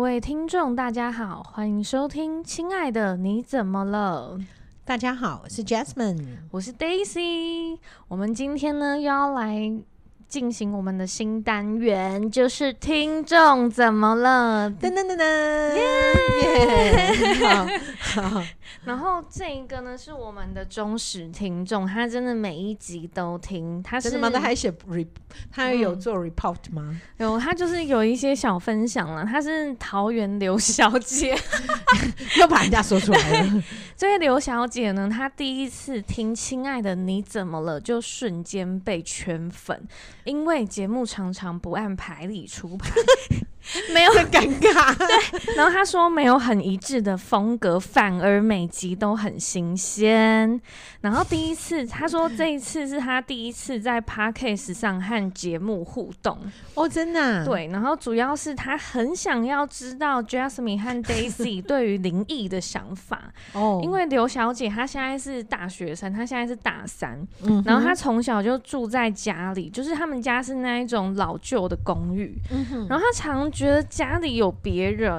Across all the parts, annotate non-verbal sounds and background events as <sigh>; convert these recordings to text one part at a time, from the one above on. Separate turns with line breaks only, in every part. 位听众，大家好，欢迎收听《亲爱的你怎么了》，
大家好，我是
嗯
Jasmine。
我是 Daisy。我们今天呢，又要来进行我们的新单元，就是听众怎么了。
噔噔噔噔，耶！好，
<laughs>
好，
然后这一个呢，是我们的忠实听众，他真的每一集都听，他是
真的吗？他还写 re，他有
嗯
做 report 吗？
有他就是有一些小分享了，他是桃园刘小姐。
又把人家说出
<laughs>
来了。
这位刘小姐呢，她第一次听《亲爱的你怎么了》就瞬间被圈粉，因为节目常常不按牌理出牌， <laughs> 没有。
很尴尬。
然后她说没有很一致的风格，反而每集都很新鲜。然后第一次，她说这一次是她第一次在 podcast 上和节目互动，
哦，真的啊、
对。然后主要是她很想要知道 Jasmine 和 Daisy 对于灵异的想法。
哦，
因为刘小姐她现在是大学生，她现在是大三，
嗯哼
然后她从小就住在家里，就是他们家是那一种老旧的公寓，
嗯哼
然后她常觉得家里有别
<laughs>
人，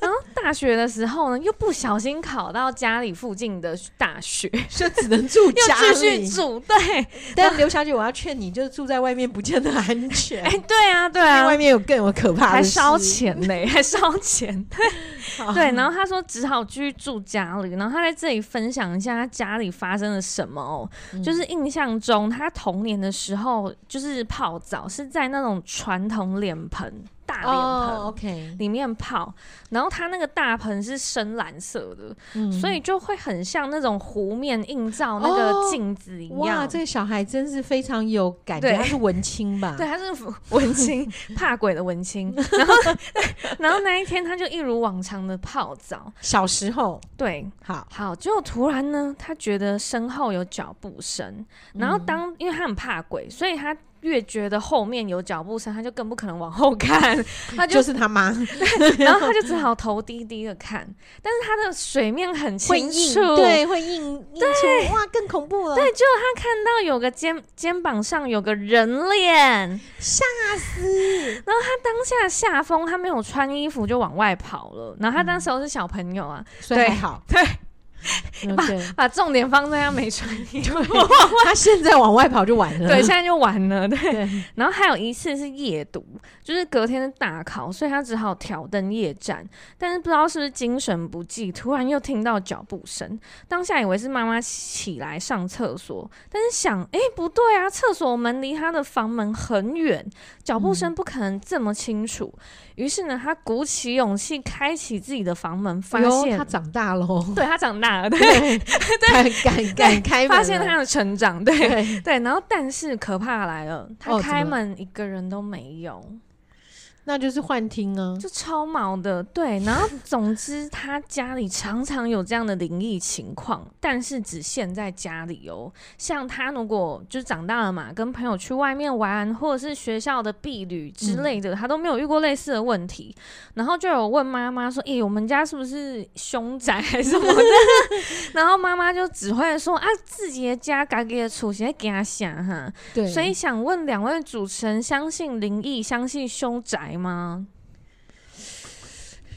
然后大学的时候呢，又不小心考到家里附近的大学，
就只能住
又
<laughs> 家
继续
里。
住，对，
<laughs> 但刘小姐，我要劝你，就是住在外面不见得安全，
哎、对啊，对啊
外。面有更有可怕的，
还烧。钱
<laughs>
呢、还烧钱。
好
对，然后她说只好继续住家里。然后她在这里分享一下她家里发生了什么哦、
嗯
就是印象中，她童年的时候就是泡澡是在那种传统脸盆大脸盆。
哦，OK，
里面泡，然后它那个大盆是深蓝色的，
嗯
所以就会很像那种湖面映照那个
哦
镜子一样。
哇，这个小孩真是非常有感
对
觉，他是文青吧？
对，，他是文青， <laughs> 怕鬼的文青。 <laughs> 然后，然后那一天他就一如往常的泡澡。
小时候
对，
好，
好，结果突然呢，他觉得身后有脚步声，然后
嗯
当、因为他很怕鬼，所以他越觉得后面有脚步声，他就更不可能往后
<laughs>
看，他就
就。是他妈
然后他就只好头低低的看，但是他的水面很
会
清
硬，
楚，
对，会硬硬出，哇，更恐怖了，
对，就他看到有个肩肩膀上有个人脸，
吓死！
当下下风，他没有穿衣服就往外跑了。然后他当时候是小朋友啊，
所以还好，
对
<laughs> 嗯对，
把重点放在他没穿衣
<laughs>
服，
他现在往外跑就 <laughs> 完了，
对，现在就完了，对。
对，
然后还有一次是夜读，就是隔天是大考，所以他只好挑灯夜战。但是不知道是不是精神不济，突然又听到脚步声，当下以为是妈妈起来上厕所，但是想，诶，不对啊，厕所门离他的房门很远，脚步声不可能这么清楚。于是呢，他鼓起勇气开启自己的房门，发
哟，
现
他长大了，
对他长大了，对，
对， <laughs> 敢敢敢开门了，
发现他的成长，对。
对，
对，然后但是可怕来了，他
哦
开
怎么
门一个人都没有，
那就是幻听啊，
就超毛的，对。然后总之，他家里常常有这样的灵异情况，但是只限在家里哦。像他如果就长大了嘛，跟朋友去外面玩，或者是学校的避旅之类的，他都没有遇过类似的问题。然后就有问妈妈说：“诶、我们家是不是凶宅还是什么的？” <laughs> 然后妈妈就只会说：“啊，自己的家家己的厝是在惊吓哈。”
对，
所以想问两位主持人，相信灵异，相信凶宅吗？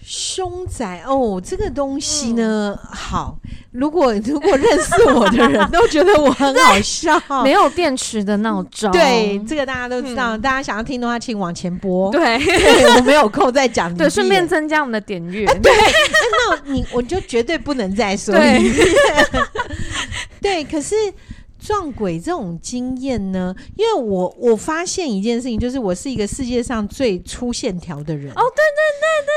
凶宅哦，这个东西
嗯
呢，好，如果 <laughs> 如果认识我的人都觉得我很好笑。
没有电池的闹钟。
哦对，这个大家都知道。大家想要听的话，请往前播。
对
对，我没有空再讲。
对，顺便增加我们的点阅。
哎那你我就绝对不能再说
对
一遍。对，可是撞鬼这种经验呢，因为我我发现一件事情，就是我是一个世界上最粗线条的人。
哦，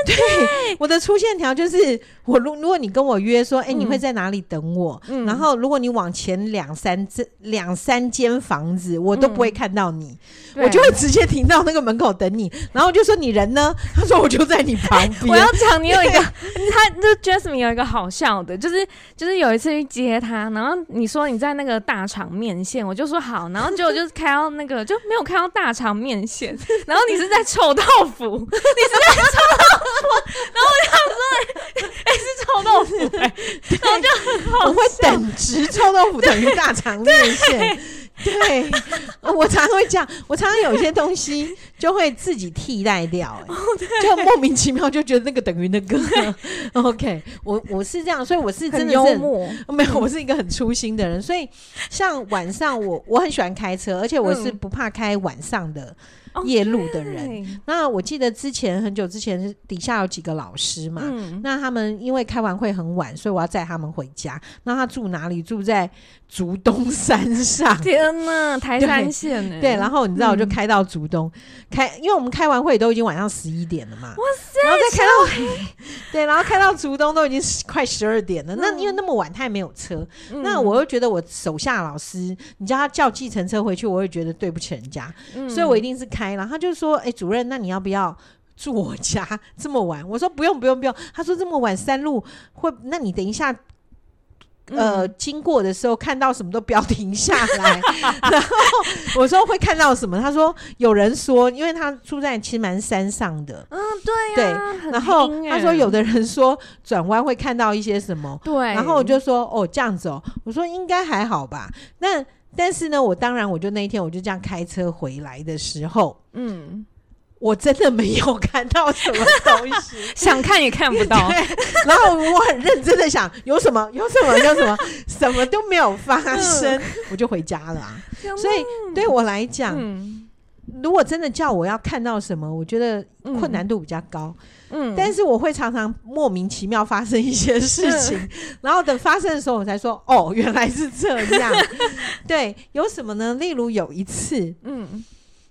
对
对，我的粗线条就是我如如果你跟我约说，哎、
嗯
你会在哪里等我？
嗯
然后如果你往前两三这两三间房子，我都不会看到你，
嗯对对，
我就会直接停到那个门口等你。然后我就说你人呢？他说我就在你旁边。
<laughs> 我要讲你有一个， <laughs> 他就 Jasmine 有一个好笑的，就是就是有一次去接他，然后你说你在那个大肠面线，我就说好，然后结果就是开到那个就没有开到大肠面线， <laughs> 然后你是在臭豆腐，你是在臭豆腐，然后我就想说，哎、
<laughs>
哎是臭豆腐、哎，然后就很好
我会等值臭豆腐等于大肠面线。对，我常常会这样。我常常有一些东西，就会自己替代掉、欸，
哦
就莫名其妙就觉得那个等于那个。OK，我我是这样，所以我是
很
真的是
幽
很
默，
没有，我是一个很粗心的人，所以像晚上我我很喜欢开车，而且我是
嗯
不怕开晚上的
哦
夜路的人。
对，
那我记得之前很久之前底下有几个老师嘛，
嗯，
那他们因为开完会很晚，所以我要载他们回家。那他住哪里？住在竹东山上。
天呐，台山县哎，
<laughs> 对，然后你知道我就
嗯
开到竹东，开，因为我们开完会都已经晚上十一点了嘛，哇塞，然后再开到， <laughs> 对，然后开到竹东都已经十快十二点了。那
嗯
因为那么晚，他也没有车，
嗯
那我又觉得我手下老师，你叫他叫计程车回去，我也觉得对不起人家，
嗯
所以我一定是开。然后他就说：“哎、主任，那你要不要？”住我家这么晚，我说不用不用不用。他说这么晚山路会，那你等一下呃、
嗯
经过的时候看到什么都不要停下来。然后我说会看到什么？他说有人说，因为他住在其实蛮山上的，
嗯，对呀，很
然后
阴
他
哎哎
说有的人说转弯会看到一些什么，
对，
然后我就说哦这样子哦，我说应该还好吧。那但是呢，我当然我就那一天我就这样开车回来的时候，
嗯，
我真的没有看到什么东西。
想看也 <laughs> 看不 <laughs>
<laughs>
到，
然后我很认真的想，有什么有什么有什么， <laughs> 什么都没有发
嗯
生，我就回家了啊。所以对我来讲，
嗯，
如果真的叫我要看到什么，我觉得
嗯
困难度比较高。
嗯，
但是我会常常莫名其妙发生一些事情，
嗯
<laughs> 然后等发生的时候，我才说哦，原来是这
<laughs>
样。对，有什么呢？例如有一次，
嗯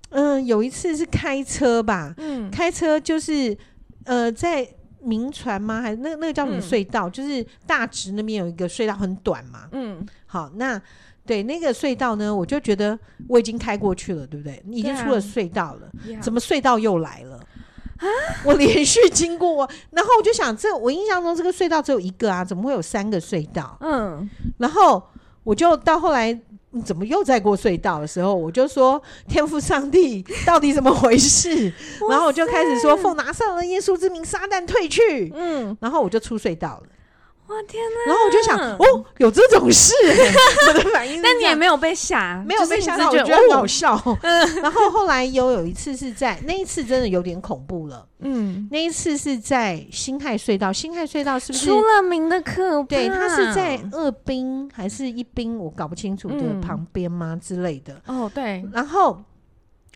嗯，有一次是开车吧，
嗯
开车就是呃，在民船吗？还是那那个叫什么
嗯
隧道？就是大直那边有一个隧道，很短嘛。
嗯，
好，那对那个隧道呢，我就觉得我已经开过去了，对不对？已经
对啊啊
出了隧道了。
呀
怎么隧道又来了？我连续经过，然后我就想，这我印象中这个隧道只有一个啊，怎么会有三个隧道？
嗯，
然后我就到后来，嗯怎么又在过隧道的时候，我就说：“天父上帝，到底怎么回事？”然后我就开始说：“奉拿撒勒耶稣之名，撒旦退去。
嗯，”
然后我就出隧道了。
我天哪！
然后我就想，哦，有这
<laughs>
种事、我的反应是这样。
但你也没有被吓，
没有被吓到，我
就是
觉得
你只是
很
觉
好
哦，
笑。然后后来有有一次是在那一次真的有点恐怖了，
嗯，
那一次是在辛亥隧道，辛亥隧道是不是？
出啊了名的可怕，
对，它是在二兵还是一兵，我搞不清楚的
嗯
旁边吗之类的。
哦，对，
然后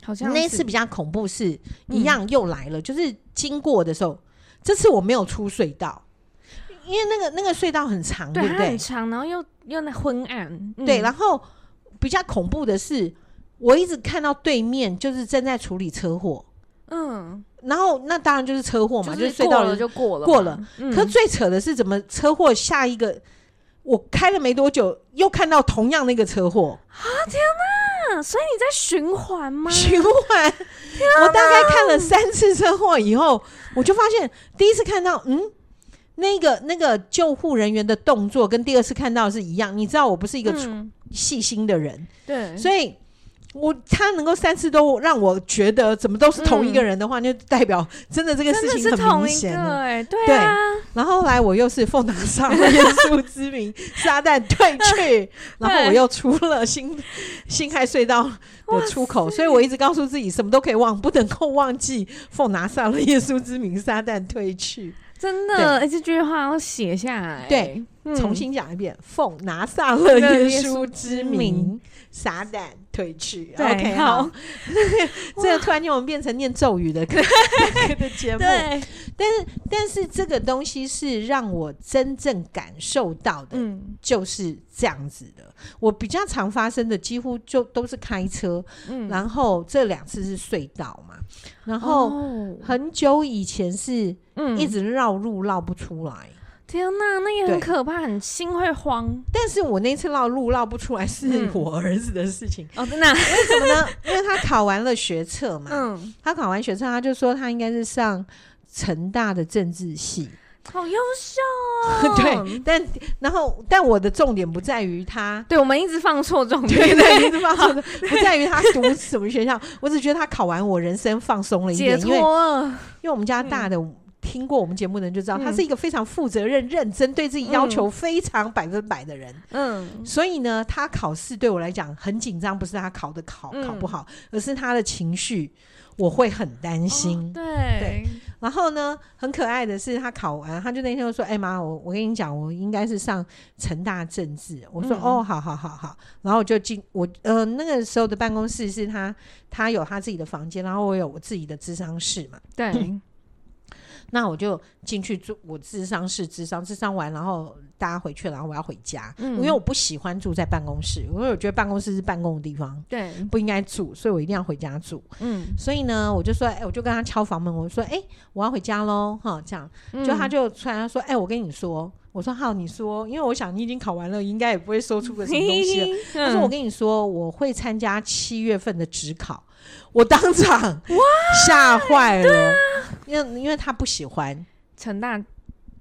好像
那一次
是
比较恐怖是，
嗯
一样又来了，就是经过的时候，这次我没有出隧道，因为那个那个隧道很长，
对
不
它
对
很？长，然后又又那昏暗，嗯
对，然后比较恐怖的是，我一直看到对面就是正在处理车祸，
嗯，
然后那当然就是车祸嘛，
就
就是是隧
过
道
了
里。
就过了嘛，
过了
嗯，
可最扯的是，怎么车祸下一个？我开了没多久，又看到同样那个车祸
啊所以你在循环吗？ <laughs>
循环。我大概看了三次车祸以后，我就发现第一次看到，嗯，那个那个救护人员的动作跟第二次看到的是一样。你知道我不是一
一
个粗细心的人，
嗯对，
所以我他能够三次都让我觉得怎么都是同一个人的话，那就代表真的这个
嗯真
事
的
情
是
很
同
明
一
显
个
了。
哎，对啊，
然后后来我又是奉拿上耶稣之名，撒旦退去，然后我又出了新新海隧道的出口，所以我一直告诉自己什么都可以忘，不能够忘记奉拿上了耶稣之名，撒旦退去。
真
对
的，哎，这句话要写下来，
对
嗯，
重新讲一遍，奉拿撒勒耶稣之名，撒旦退去。
对
OK，
好
好，这个突然间我们变成念咒语的 <laughs> 的节目，
对，
但是这个东西是让我真正感受到的，
嗯
就是这样子的。我比较常发生的，几乎就都是开车，
嗯，
然后这两次是隧道嘛，然后
哦
很久以前是
嗯
一直绕路绕不出来。
天呐，那也
对
很可怕，很心会慌
但是我那次绕路绕不出来是
嗯
我儿子的事情， <laughs>
哦，真的啊，
为什么呢？因为他考完了学测嘛，
嗯，
他考完学测，他就说他应该是上成大的政治系，
好优秀哦，
<laughs> 对，，但然后但我的重点不在于他。
对，我们一直放错 <laughs> 重
对
点，
对，一直放松的不在于他读什么学校，我只觉得他考完，我人生放松了一
解
点，因为
脱了，
因为我们家大的听过我们节目的人就知道，
嗯
他是一个非常负责任、认真、对自己要求
嗯
非常百分百的人。
嗯
所以呢，他考试对我来讲很紧张，不是他考的考考
嗯
不好，而是他的情绪，我会很担心。
哦对
然后呢，很可爱的是，他考完，他就那天就说：“哎、妈，我我跟你讲，我应该是上成大政治。”我说：“
嗯
哦，好好好好。”然后我就进我呃那个时候的办公室是他他有他自己的房间，然后我有我自己的智商室嘛。
对
嗯那我就进去住我智商室，智商智商完，然后大家回去了，然后我要回家，
嗯
因为我不喜欢住在办公室，因为我觉得办公室是办公的地方，
对，
不应该住，所以我一定要回家住。
嗯，
所以呢，我就说，哎、我就跟他敲房门，我说，哎、我要回家喽，哈，这样。就他
嗯
就出来，他说：“哎、我跟你说，我说好，你说，因为我想你已经考完了，应该也不会说出个什么东西
<laughs>
了。”，他
嗯
说：“我跟你说，我会参加七月份的职考。”我当
<laughs>
场吓坏
啊
了，因为因为他不喜欢，
陈大，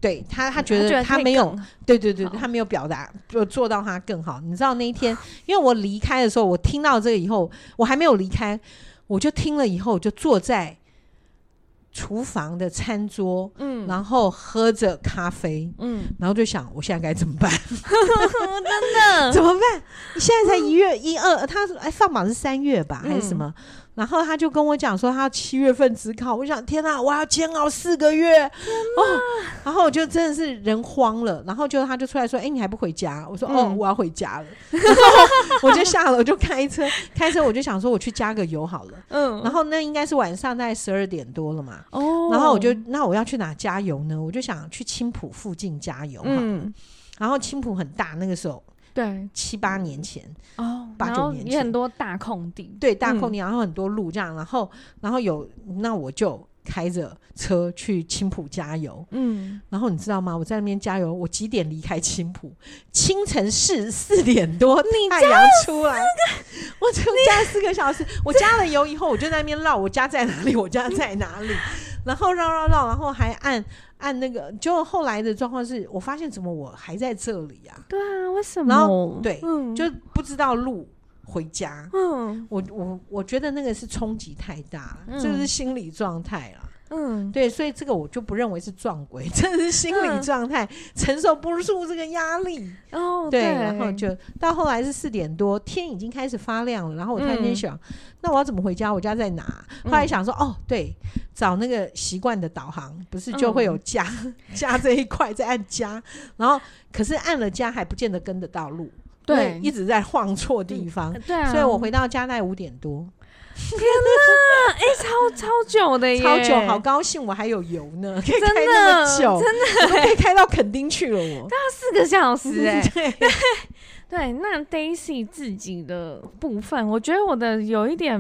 对他他
他
觉得他
可以
没有
更
对对对，
好
他没有表达，就做到他更好。你知道那一天，因为我离开的时候，我听到这个以后，我还没有离开，我就听了以后，我就坐在厨房的餐桌，
嗯
然后喝着咖啡，
嗯，
然后就想我现在该怎么
<laughs>
办？
哦真的，
<laughs> 怎么办？现在才一月一二，他说哎放榜是三月吧还是什
嗯
么？然后他就跟我讲说他要七月份只考，我想天哪、我要煎熬四个月哦。然后我就真的是人慌了，然后就他就出来说，哎、你还不回家？我说哦
嗯
我要回家了，然后我就下楼就开车，开车我就想说我去加个油好了。
嗯，
然后那应该是晚上大概十二点多了嘛，
哦，
然后我就那我要去哪加油呢？我就想去青浦附近加油哈。
嗯，
然后青浦很大，那个时候
对，
七八年前，
哦，
八
然
九
后
年
也
前
很多大空地，
对大空地，然后很多路这样，然后然后有那我就开着车去青浦加油。
嗯，
然后你知道吗？我在那边加油，我几点离开青浦？清晨四四点多，太阳出来，我只有加四个小时。我加了油以后，我就在那边绕，我家在哪里？我家在哪里？然后绕绕绕，然后还按按那个。就后来的状况是，我发现怎么我还在这里啊？
对啊，为什么？
然后对
嗯，
就不知道路回家。
嗯
我我我觉得那个是冲击太大了，
嗯
这、是心理状态啦。
嗯，
对，所以这个我就不认为是撞鬼， <laughs> 这是心理
嗯
状态，承受不住这个压力。
哦，
对，然后就到后来是四点多，天已经开始发亮了，然后我突然间
嗯
想，那我要怎么回家？我家在哪？后来
嗯
想说，哦，对，找那个习惯的导航，不是就会
嗯
有家、 <laughs> 家这一块，再按家，然后可是按了家还不见得跟得到路，因为
对
一直在晃错地方。
对啊，
所以我回到家大概五点多，
哎，超超久的耶，
<laughs> 超久，好高兴，我还有油呢，可
真
以
的
开那么久，
真
的我都可以开到垦丁去了我。，
四个小时哎
对，
对，那 Daisy 自己的部分，我觉得我的有一点，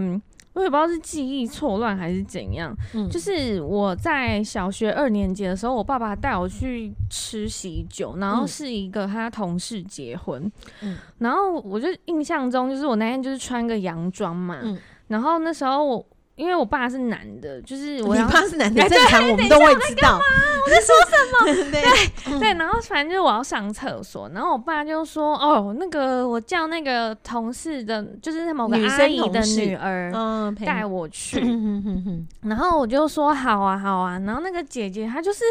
我也不知道是记忆错乱还是怎样。
嗯
就是我在小学二年级的时候，我爸爸带我去吃喜酒，然后
嗯
是一个他同事结婚，
嗯
然后我就印象中就是我那天就是穿个洋装嘛，
嗯
然后那时候我因为我爸是男的，就是我
哦你
要
爸是男的，
哎
正常我们都会知道。我在说什 <laughs> 么？对，
对，
嗯
然后反正就是我要上厕所，然后我爸就说：“哦，那个我叫那个同事的，就是某个
女
阿
生
姨
同
的
事
女儿
嗯，陪
带
你
我去。
嗯
然后我就说：“好啊，好啊。”然后那个姐姐她就是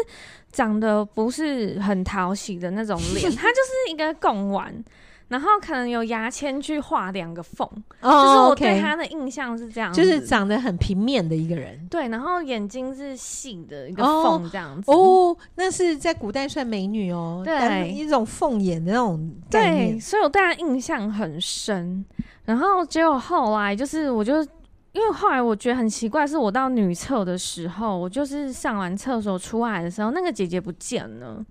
长得不是很讨喜的那种脸，她就是一个贡丸，然后可能有牙签去画两个缝，就是
哦
我
OK
对她的印象是这样子，
就是长得很平面的一个人。
对，然后眼睛是细的一个
哦
缝这样子。
哦，那是在古代算美女哦，
对
但一种凤眼的那种概
对，
念。
所以我对他印象很深。然后结果后来就是，我就因为后来我觉得很奇怪，是我到女厕的时候，我就是上完厕所出来的时候，那个姐姐不见了。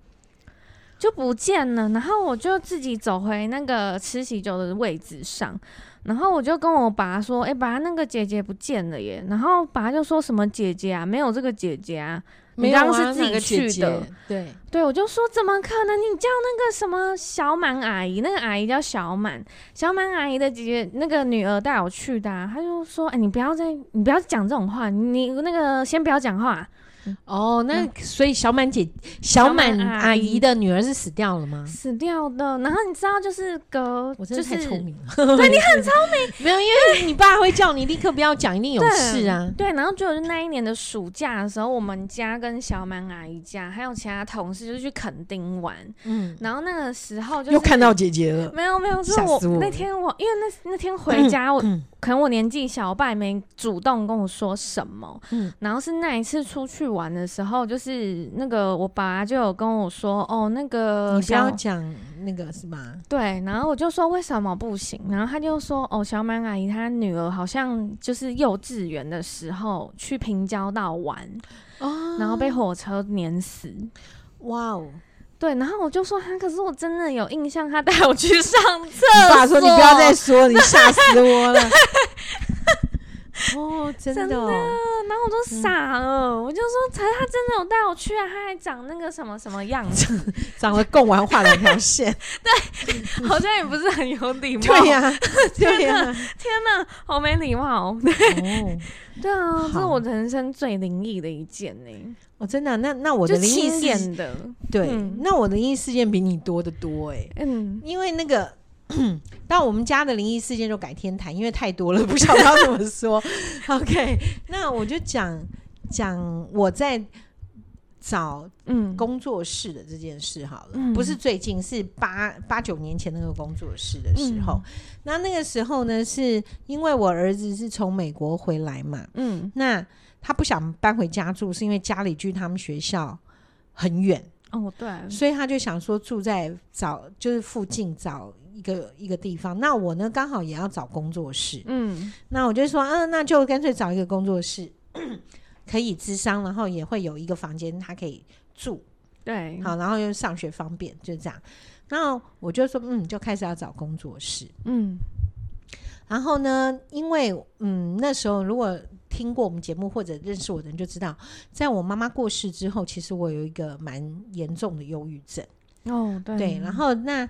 就不见了，然后我就自己走回那个吃喜酒的位置上，然后我就跟我爸说：“哎、爸，那个姐姐不见了耶。”然后爸就说什么姐姐啊，没有这个姐姐啊，
没
你
有
刚刚是
啊
自
哪
己
个姐
去
姐
的，
对，
对，我就说怎么可能？你叫那个什么小满阿姨，那个阿姨叫小满，小满阿姨的姐姐那个女儿带我去的、啊，她就说：“哎、你不要再，你不要讲这种话，你那个先不要讲话。
哦，那所以小满姐、小满
小满
阿
阿
姨
姨
的女儿是死掉了吗？
死掉的。然后你知道，就是隔，
我真
就
的太
是
聪明了，对你很聪明， <laughs> 没有，因为你爸会叫你立刻不要讲，一定有
对
事啊。
对，然后就是那一年的暑假的时候，我们家跟小满阿姨家还有其他同事就去垦丁玩，
嗯，
然后那个时候就是
又看到姐姐了，
没有没有，是
吓
我
死我
那
了
天我因为那那天
<clears throat>
回家，我
嗯
可能我年纪小，我爸也没主动跟我说什么。
嗯
然后是那一次出去玩的时候，就是那个我爸就有跟我说，哦，那个
你不
小
要讲那个是吗？
对，然后我就说为什么不行？然后他就说，哦，小满阿姨她女儿好像就是幼稚园的时候去平交道玩，
哦，
然后被火车碾死。
哇哦，你
对，然后我就说他，可是我真的有印象，他带我去上厕所。
爸 <laughs> 说你不要再说，你吓死我了。 <laughs> 哦，真
真
的
的嗯
哦，
然后我都傻了，我就说，可是他真的有带我去啊，他还长那个什么什么样 <laughs> 子，
长了贡丸画两条 <laughs> 线，
好像也不是很有礼貌。
对呀， <laughs> 对呀，
天哪，好没礼貌。
哦，
<laughs> 对 <laughs> 啊，这是
好
我人生最灵异的一件呢、
哦，真的啊，那那我
就
的灵异
起
事件，
点 <laughs> 的，
对
嗯，
那我的灵异事件比你多得多哎。
嗯，
因为那个， <clears throat> 但我们家的灵异事件就改天谈，因为太多了，不晓得要怎么说。OK，那我就讲讲我在找
<laughs> 嗯，
工作室的这件事好了，
嗯
不是最近，是八八九年前那个工作室的时候。那那个时候呢，是因为我儿子是从美国回来嘛，
嗯，
那他不想搬回家住，是因为家里距他们学校很远。
哦，对，
所以他就想说住在找就是附近找一个一个地方。那我呢刚好也要找工作室，
嗯，
那我就说，嗯、那就干脆找一个工作室可以咨商，然后也会有一个房间他可以住，
对，
好，然后又上学方便，就这样。那我就说，嗯，就开始要找工作室。
嗯，
然后呢，因为嗯那时候如果听过我们节目或者认识我的人就知道，在我妈妈过世之后，其实我有一个蛮严重的忧郁症。
哦，对，
对，然后那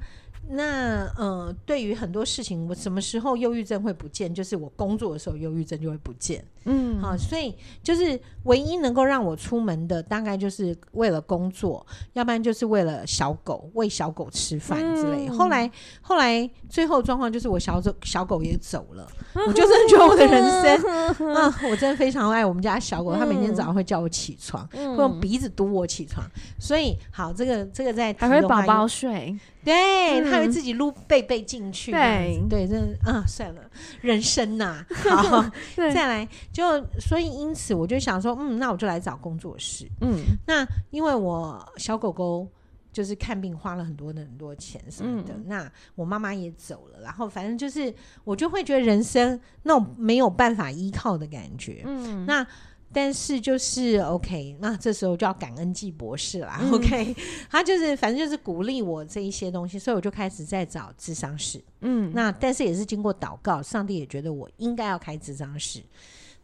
那呃，对于很多事情，我什么时候忧郁症会不见？就是我工作的时候，忧郁症就会不见。
嗯，
好、所以就是唯一能够让我出门的，大概就是为了工作，要不然就是为了小狗，喂小狗吃饭之类。
嗯
后来后来最后状况就是我小狗小狗也走了，我就真的觉得我的人
<laughs>
生啊，我真的非常爱我们家小狗，它每天早上会叫我起床。
嗯
会用鼻子堵我起床，所以好，这个这个在
还
题
会
的话
宝宝睡，
对，
嗯
他会自己撸贝贝进去这样子。对，真的啊，算了，人
<laughs>
生呐、好，
对，
再来就，所以因此我就想说，嗯，那我就来找工作室。
嗯
那因为我小狗狗就是看病花了很多的很多钱什么的，
嗯
那我妈妈也走了，然后反正就是我就会觉得人生那种没有办法依靠的感觉。
嗯，
那但是就是 OK，那这时候就要感恩季博士啦。
嗯
OK，他 <laughs> 就是反正就是鼓励我这一些东西，所以我就开始在找智商室。
嗯，
那但是也是经过祷告，上帝也觉得我应该要开智商室。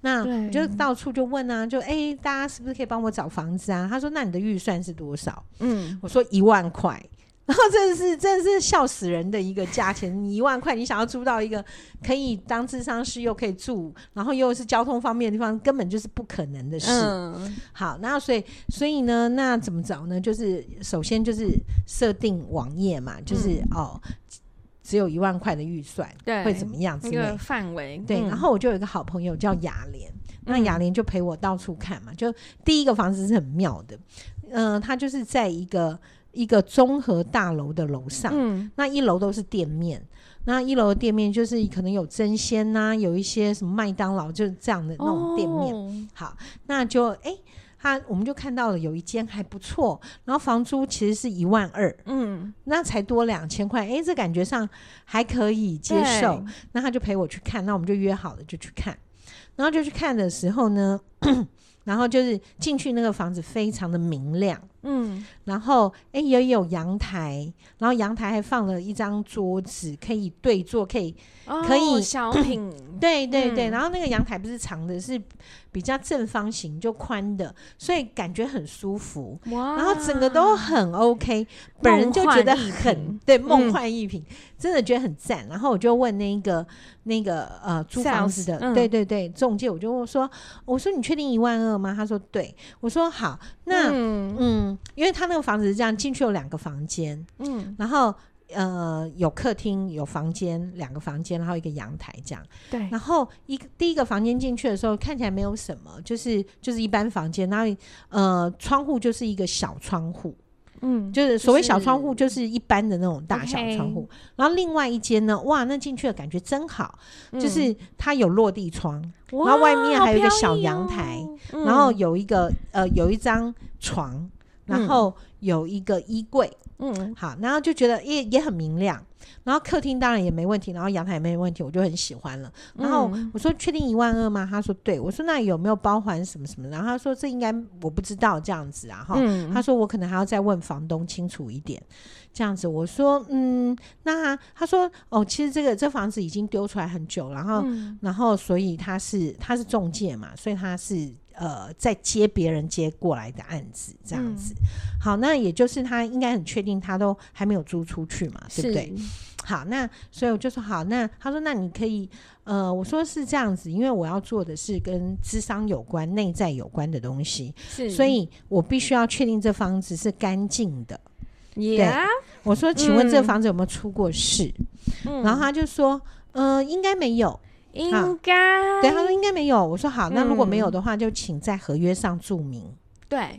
那
对
我就到处就问啊，就哎、大家是不是可以帮我找房子啊？他说：“那你的预算是多少？”
嗯，
我说：“一万块。” <laughs> 然后真的是真的是笑死人的一个价钱，你一万块，你想要租到一个可以当智商师又可以住，然后又是交通方面的地方，根本就是不可能的事。
嗯，
好，那所以所以呢，那怎么找呢？就是首先就是设定网页嘛，就是、哦，只有一万块的预算
嗯对，
会怎么样之
那
类
个
的。
范围，
对，
嗯
然后我就有一个好朋友叫雅莲，那
嗯
雅莲就陪我到处看嘛。就第一个房子是很妙的，嗯、呃，它就是在一个一个综合大楼的楼上，
嗯
那一楼都是店面，那一楼的店面就是可能有真鲜呐、有一些什么麦当劳，就是这样的那种店面。
面，
好，那就诶，他我们就看到了有一间还不错，然后房租其实是一万二，
嗯，
那才多两千块，诶，这感觉上还可以接受。
对，
那他就陪我去看，那我们就约好了就去看，然后 <clears throat> 就去看的时候呢，然后就是进去那个房子非常的明亮，
嗯，
然后哎、也有阳台，然后阳台还放了一张桌子，可以对坐，可以
哦
可 <clears throat> 以
小品，
对对对。
嗯
然后那个阳台不是长的，是比较正方形，就宽的，所以感觉很舒服。
哇，
然后整个都很
啊
OK，本人就觉得很对
嗯
梦幻一品，真的觉得很赞。然后我就问那个那个呃租房子的
Sales，嗯
对对对中介，我就问说，我说你确定一万二吗？他说对，我说好，那嗯
嗯
因为他那个房子是这样，进去有两个房间，
嗯，
然后呃有客厅有房间两个房间，然后一个阳台这样。
对，
然后一个第一个房间进去的时候，看起来没有什么，就是就是一般房间，然后呃窗户就是一个小窗户，
嗯，
就是所谓
就是
小窗户就是一般的那种大小
OK
窗户。然后另外一间呢，哇，那进去的感觉真好，
嗯
就是它有落地窗，
哇
然后外面还有一个
好
小
飘逸
阳台
哦嗯
然后有一个呃有一张床，然
嗯
后有一个衣柜，
嗯
好，然后就觉得也也很明亮。然后客厅当然也没问题，然后阳台也没问题，我就很喜欢了。然后
嗯
我说确定一万二吗？他说对。我说那有没有包含什么什么？然后他说这应该我不知道这样子啊哈。
嗯
他说我可能还要再问房东清楚一点，这样子。我说嗯，那他说哦，其实这个这房子已经丢出来很久，然后、
嗯
然后所以他是他是中介嘛，所以他是呃在接别人接过来的案子这样子。
嗯
好，那也就是他应该很确定他都还没有租出去嘛，对不对？
是
好，那所以我就说好，那他说那你可以，呃，我说是这样子，因为我要做的是跟智商有关、内在有关的东西，
是，
所以我必须要确定这房子是干净的。
也，
我说，请问这
嗯
房子有没有出过事？
嗯
然后他就说，呃，应该没有。
应该
对，他说应该没有。我说好，那如果没有
哎嗯
的话，就请在合约上注明。
对，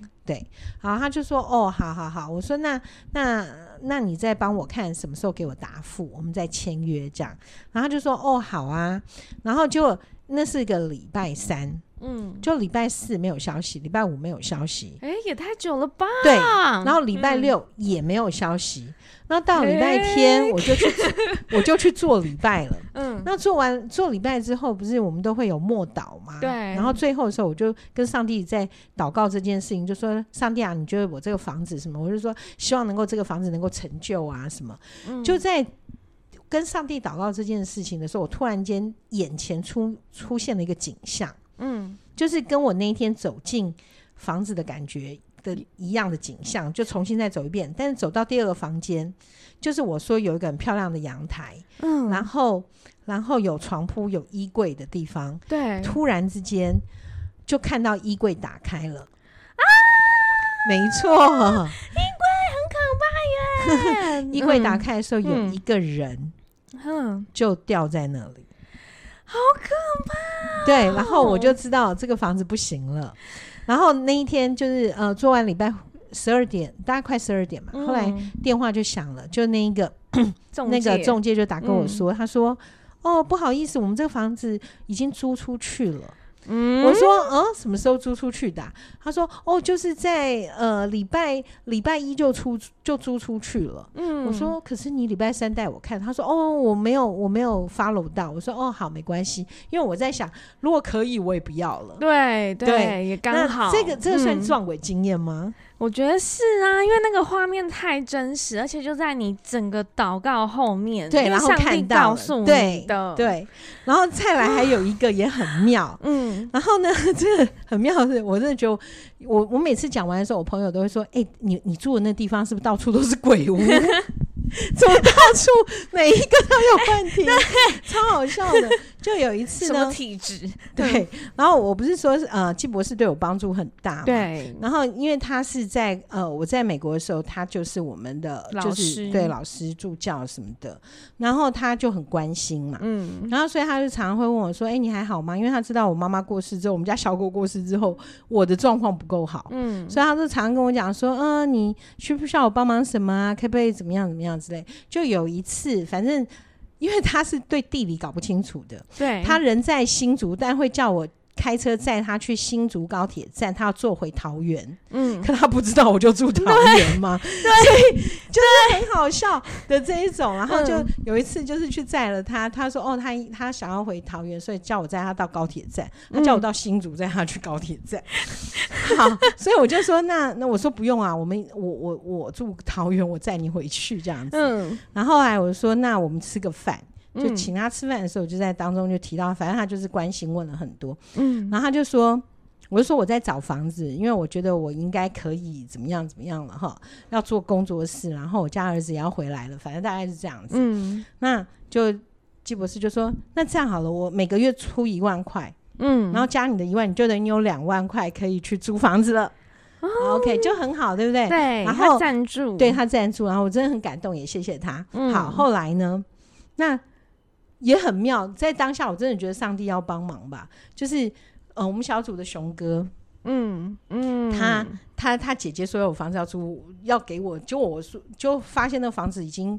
然后他就说：“哦，好好好。”我说：“那那那你再帮我看什么时候给我答复，我们再签约这样。”然后他就说：“哦，好啊。”然后结果那是一个礼拜三，
嗯，
就礼拜四没有消息，礼拜五没有消息，
哎，也太久了吧？
对。
然
然后礼拜六也没有消息，那到礼拜天我就去 <laughs> 我就去做礼拜了。
嗯，
那做完做礼拜之后，不是我们都会有默祷吗？
对
然后最后的时候，我就跟上帝在祷告这件事情，就说：“上帝啊，你觉得我这个房子什么？”我就说：“希望能够这个房子能够成就啊什么。
嗯
就在跟上帝祷告这件事情的时候，我突然间眼前出出现了一个景象，
嗯，
就是跟我那一天走进房子的感觉。的一样的景象，就重新再走一遍。但是走到第二个房间，就是我说有一个很漂亮的阳台，
嗯，
然后然后有床铺、有衣柜的地方，
对，
突然之间就看到衣柜打开了啊！没
<laughs>
错，！
很可怕耶
衣柜打开的时候，有
嗯
一个人
嗯，
就掉在那里。好可怕、对，然后
哦
我就知道这个房子不行了。然后那一天就是呃，做完礼拜十二点，大概快十二点嘛。
嗯
后来电话就响了，就那一个
中
那个
介嗯
中介就打跟我说，他说：“哦，不好意思，我们这个房子已经租出去了。
嗯
我说：“嗯，什么时候租出去的啊、他说：“哦，就是在呃礼拜礼拜一就出就租出去了。
嗯
我说：“可是你礼拜三带我看。”他说：“哦，我没有我没有 follow 到。”我说：“哦，好，没关系，因为我在想，如果可以，我也不要了。”
对
对
对，也
那
刚好
这个这个算
嗯
撞鬼经验吗？
我觉得是啊，因为那个画面太真实，而且就在你整个祷告后面，
对
因为
然后
上
看
帝
到
告
了
诉
对
你的，，
对，然后再来还有一个也很妙，
嗯，
然后呢， <laughs> 这个很妙的是，我真的觉得我，我我每次讲完的时候，我朋友都会说：“哎、你你住的那地方是不是到处都是鬼屋？ <laughs> 怎么到处每一个都有问
<laughs>
题？超好笑的。”就有一次
什么
呢，
体质？
对，然后我不是说呃，季博士对我帮助很大，。
对，
然后，因为他是在呃，我在美国的时候，他就是我们的
老
就是
师
对老师助教什么的，然后他就很关心嘛，
嗯，
然后所以他就常常会问我说：“哎、你还好吗？”因为他知道我妈妈过世之后，我们家小狗过世之后，我的状况不够好，
嗯，
所以他就常常跟我讲说：“嗯、你需不需要我帮忙什么啊？可不可以怎么样怎么样之类。”就有一次，反正因为他是对地理搞不清楚的，
对，
他人在新竹，但会叫我开车载他去新竹高铁站，他要坐回桃园，
嗯，
可他不知道我就住桃
<laughs>
园嘛，所以就是很好笑的这一种。然后就
嗯
有一次就是去载了他，他说哦，他他想要回桃园，所以叫我载他到高铁站，
嗯
他叫我到新竹载他去高铁站。好，所以我就说那那我说不用啊，我们我我我住桃园，我载你回去这样子。
嗯，
然后后来我说那我们吃个饭。就
嗯
请他吃饭的时候，我就在当中就提到，反正他就是关心问了很多，
嗯
然后他就说，我就说我在找房子，因为我觉得我应该可以怎么样怎么样了哈，要做工作室，然后我家儿子也要回来了，反正大概是这样子。
嗯
那就季博士就说，那这样好了，我每个月出一万块，
嗯，
然后加你的一万，你就等于有两万块可以去租房子了。OK，就
哦
很好，对不对？
对，
然
他
后
赞助，
对他赞助，然后我真的很感动，也谢谢他。
嗯
好，后来呢，那也很妙，在当下我真的觉得上帝要帮忙吧，就是。呃，我们小组的熊哥，
嗯嗯，
他他他姐姐说有房子要租，要给我，就我说就发现那房子已经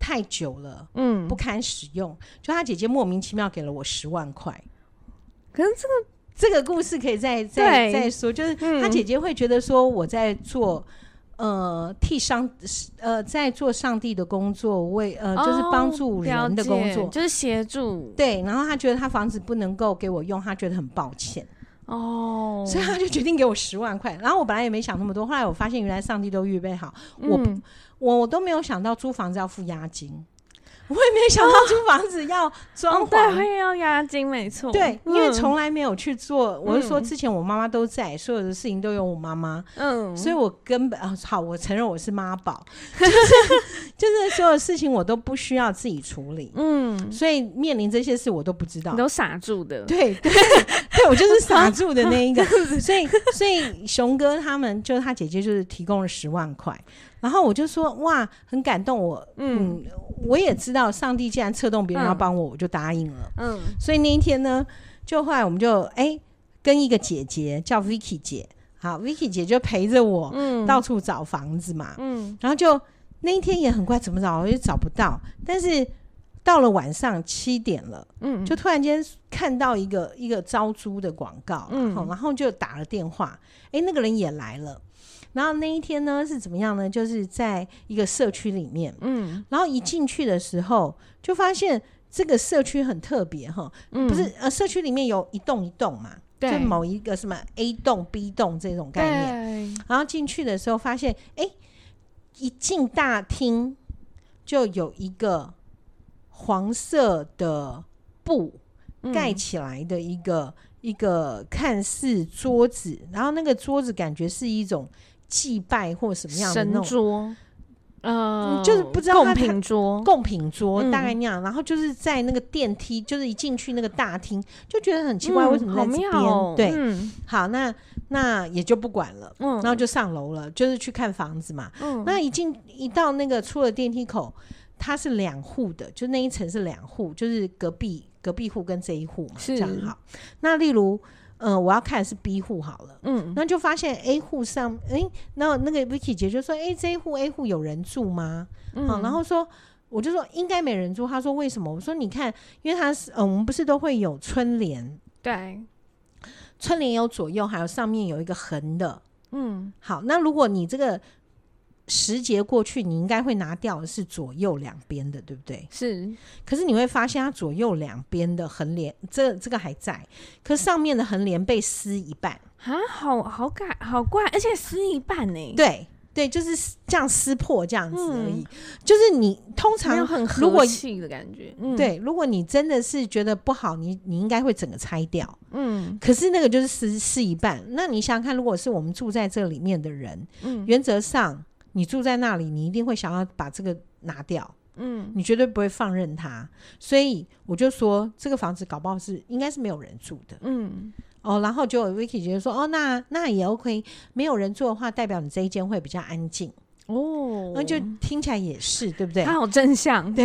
太久了，
嗯
不，堪使用，就他姐姐莫名其妙给了我十万块。
可是这个
这个故事可以再
对
再再说，就是
嗯
他姐姐会觉得说我在做。呃，替上呃，在做上帝的工作，为呃，就是
哦
帮助
了
人的工
解
作，
就是协助
对。然后他觉得他房子不能够给我用，他觉得很抱歉，
哦，
所以他就决定给我十万块。然后我本来也没想那么多，后来我发现原来上帝都预备好，我
嗯
我我都没有想到租房子要付押金，我也没想到租房子要装
哦，
潢，
对，会要押金，没错，
对，因为
嗯
从来没有去做。我是说，
嗯
之前我妈妈都在，所有的事情都有我妈妈，
嗯，
所以我根本啊，好，我承认我是妈宝， <laughs> 就是就是所有事情我都不需要自己处理，
嗯，
所以面临这些事我都不知道
你。都傻住的，
对 <laughs> 对对，
<laughs>
我就是傻住的那一个，所以所以熊哥他们就他姐姐就是提供了十万块，然后我就说哇，很感动我，
嗯
嗯，我也知道上帝既然策动别人要
嗯
帮我，我就答应了。
嗯
所以那一天呢，就后来我们就哎、跟一个姐姐叫 Vicky 姐，好，Vicky 姐就陪着我、
嗯，
到处找房子嘛，
嗯
然后就那一天也很快，怎么找我也找不到，但是到了晚上七点了，
嗯，
就突然间看到一个一个招租的广告，
嗯
嗯，然后就打了电话，哎、那个人也来了。然后那一天呢是怎么样呢？就是在一个社区里面，
嗯
然后一进去的时候就发现这个社区很特别哈，
嗯
不是呃，社区里面有一栋一栋嘛，就
对
某一个什么 A 栋、B 栋这种概念。
对，
然后进去的时候发现，哎、一进大厅就有一个黄色的布
嗯
盖起来的一个、一个看似桌子，然后那个桌子感觉是一种祭拜或什么样的那
神
种
桌，
嗯
呃，
就是不知道
贡
它
品桌，
贡品桌
嗯
大概那样，然后就是在那个电梯，就是一进去那个大厅，就觉得很奇怪，
嗯
为什么在
好
这边？
妙哦
对，
嗯
好，那那也就不管了，
嗯，
然后就上楼了，就是去看房子嘛。
嗯
那一进一到那个出了电梯口，它是两户的，就那一层是两户，就是隔壁隔壁户跟这一户嘛，
是
这样好。那例如，呃，我要看的是 B 户好了。
嗯
那就发现 A 户上，诶，那那个 Vicky 姐就说，诶，这一户 A 户有人住吗？
嗯
好，然后说我就说应该没人住，他说为什么？我说你看，因为他是呃，我们不是都会有春联，
对，
春联有左右，还有上面有一个横的。
嗯
好，那如果你这个时节过去，你应该会拿掉的是左右两边的，对不对？
是
可是你会发现它左右两边的横联，这这个还在，可上面的横联被撕一半，
啊，好好改好怪，而且撕一半呢，，
对。对，就是这样撕破这样子而已。
嗯
就是你通
没
常
有很
如果
和气的感觉，嗯，
对，如果你真的是觉得不好，你你应该会整个拆掉。
嗯
可是那个就是撕撕一半。那你想想看，如果是我们住在这里面的人，
嗯
原则上你住在那里，你一定会想要把这个拿掉，
嗯
你绝对不会放任它。所以我就说，这个房子搞不好是应该是没有人住的
嗯
哦。然后就有 Vicky 姐姐说，哦，那那也 OK，没有人住的话，代表你这一间会比较安静。
哦，
那就听起来也是，对不对？
他好正向，
对，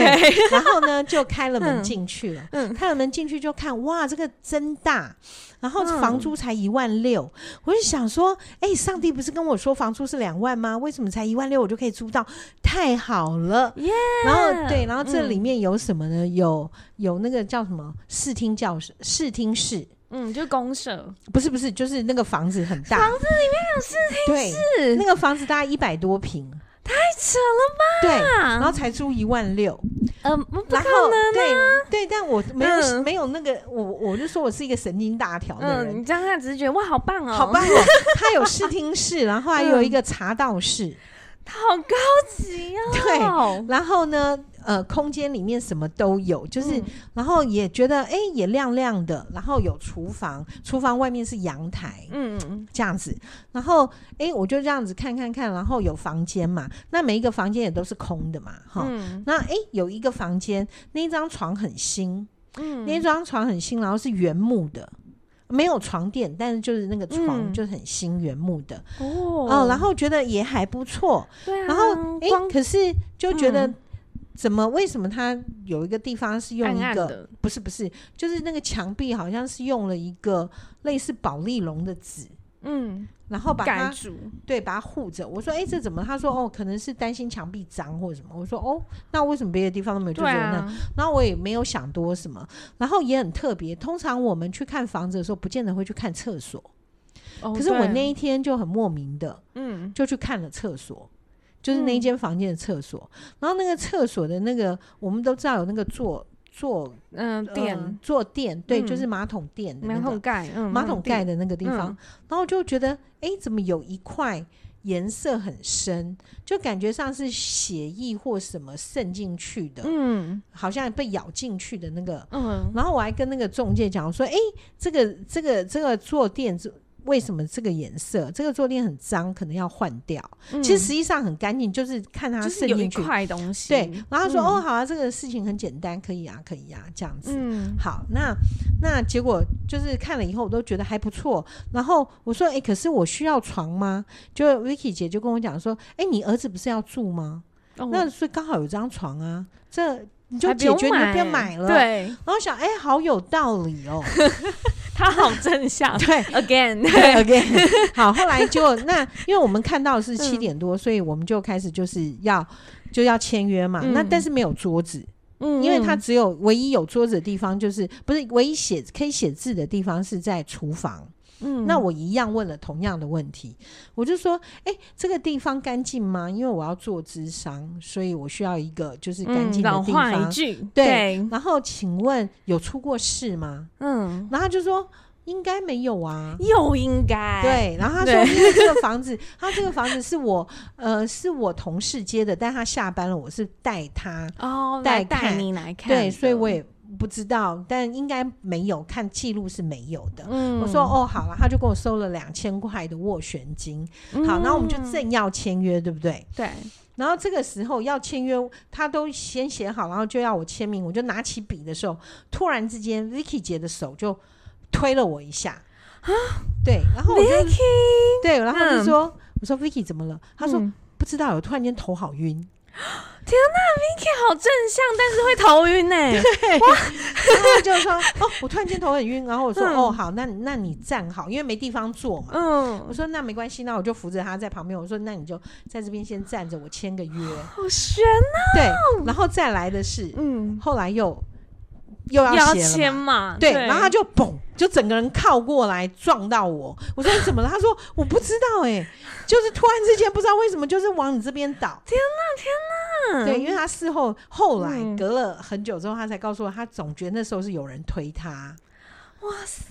然后呢就开了门
嗯
进去了。
嗯
开了门进去就看，哇，这个真大，然后
嗯
房租才一万六、我就想说，哎、上帝不是跟我说房租是两万吗？为什么才一万六我就可以租到？太好了
耶
然后对，然后这
嗯
里面有什么呢？有有那个叫什么视听教室、视听室，
嗯，就公社，
不是不是，就是那个房子很大，房子里面有视
室啊
对，那个房子大概一百多平，
太扯了
对，
吧？
然后才租一万六，
呃，不可
然后
能啊！
对对，但我没有、
嗯
没有那个，我我就说我是一个神经大条的
嗯，
人，
你这样看只是觉得哇，好棒哦，
好
<laughs>
棒，哦，它有视听室，然后还有一个茶
<laughs>
道室，
好高级
<laughs>
哦。
然后呢，呃，空间里面什么都有，就是、
嗯
然后也觉得哎、也亮亮的，然后有厨房，厨房外面是阳台。
嗯嗯
这样子，然后哎、我就这样子看看看，然后有房间嘛，那每一个房间也都是空的嘛，哈、
嗯
那哎、有一个房间，那张床很新，
嗯
那张床很新，然后是原木的，没有床垫，但是就是那个床
嗯
就是很新原木的
哦
哦，然后觉得也还不错，
对啊，
然后哎、
光
可是就觉得
嗯
怎么为什么它有一个地方是用
暗
一
暗
个
的，
不是不是，就是那个墙壁好像是用了一个类似保丽龙的纸，
嗯，
然后把
盖
它
住，
对把它护着。我说哎、这怎么？他说哦可能是担心墙壁脏或者什么。我说哦那为什么别的地方都没有？就
对
只有那
啊，
然后我也没有想多什么，然后也很特别。通常我们去看房子的时候，不见得会去看厕所，
哦
可是我
对
那一天就很莫名的
嗯
就去看了厕所，就是那一
嗯
间房间的厕所。然后那个厕所的那个，我们都知道有那个坐坐
嗯
呃
垫
坐垫，对，就
嗯
是马桶垫的那
马
个
桶盖，嗯，
马桶盖
垫
的那个地方
嗯。
然后就觉得，哎，怎么有一块？颜色很深，就感觉上是血液或什么渗进去的，
嗯
好像被咬进去的那个
嗯
然后我还跟那个中介讲我说，哎、这个这个这个坐垫这为什么这个颜色？这个坐垫很脏，可能要换掉。
嗯，
其实实际上很干净，就是看它
就是
渗
有一
进去。
块东西，
对，然后他说、
嗯
哦，好啊，这个事情很简单，可以啊，可以啊，这样子。
嗯
好，那那结果就是看了以后，我都觉得还不错。然后我说，哎、可是我需要床吗？就 Vicky 姐就跟我讲说，哎、你儿子不是要住吗？
哦
那所以刚好有张床啊，这你就
还
解决，你就不要
用
买了。
对，
然后想，哎、好有道理
<laughs>
哦。啊
他好正向 <laughs>
对
，again，
<laughs> 对，again，
<laughs>
好，后来就那，因为我们看到
嗯
是七点多，所以我们就开始就是要就要签约嘛。
嗯
那但是没有桌子，
嗯
因为它只有唯一有桌子的地方就是不是唯一写可以写字的地方是在厨房。
嗯
那我一样问了同样的问题，我就说，哎、这个地方干净吗？因为我要做智商，所以我需要一个就是干净的
嗯老
地
话
方。
一句，
对，然后请问有出过事吗？
嗯，
然后他就说应该没有啊。
又应该，
对，然后他说，
哎对
因为这个房子， <laughs> 他这个房子是我呃是我同事接的，但他下班了，我是带他，
哦，
带
来带
看
你来看的，
对，所以我也不知道，但应该没有，看记录是没有的。
嗯，
我说哦，好了，他就跟我收了两千块的斡旋金。
嗯，
好，那我们就正要签约，对不对？
对，
然后这个时候要签约，他都先写好，然后就要我签名。我就拿起笔的时候，突然之间，Vicky 姐的手就推了我一下啊，对，然后我就对，然后就
嗯
说、我说 Vicky 怎么了？他说、
嗯
不知道，我突然间头
<laughs>
好晕。
好正向，但是会头晕 <laughs> 呢，
然后就说哦，我突然间头很晕。然后我说、
嗯
哦好，那你那你站好，因为没地方坐嘛。我
嗯，
说那没关系，那我就扶着他在旁边。我说那你就在这边先站着，我签个约。
好悬，
对，然后再来的是，
嗯，
后来又又要
要
写了嘛
签嘛，
对，然后他就嘣，就整个人靠过来撞到我。我说你怎么了？他说我不知道哎、 <laughs> 就是突然之间不知道为什么就是往你这边倒。
嗯
对，因为他事后后来
嗯
隔了很久之后，他才告诉我，他总觉得那时候是有人推他。
哇塞，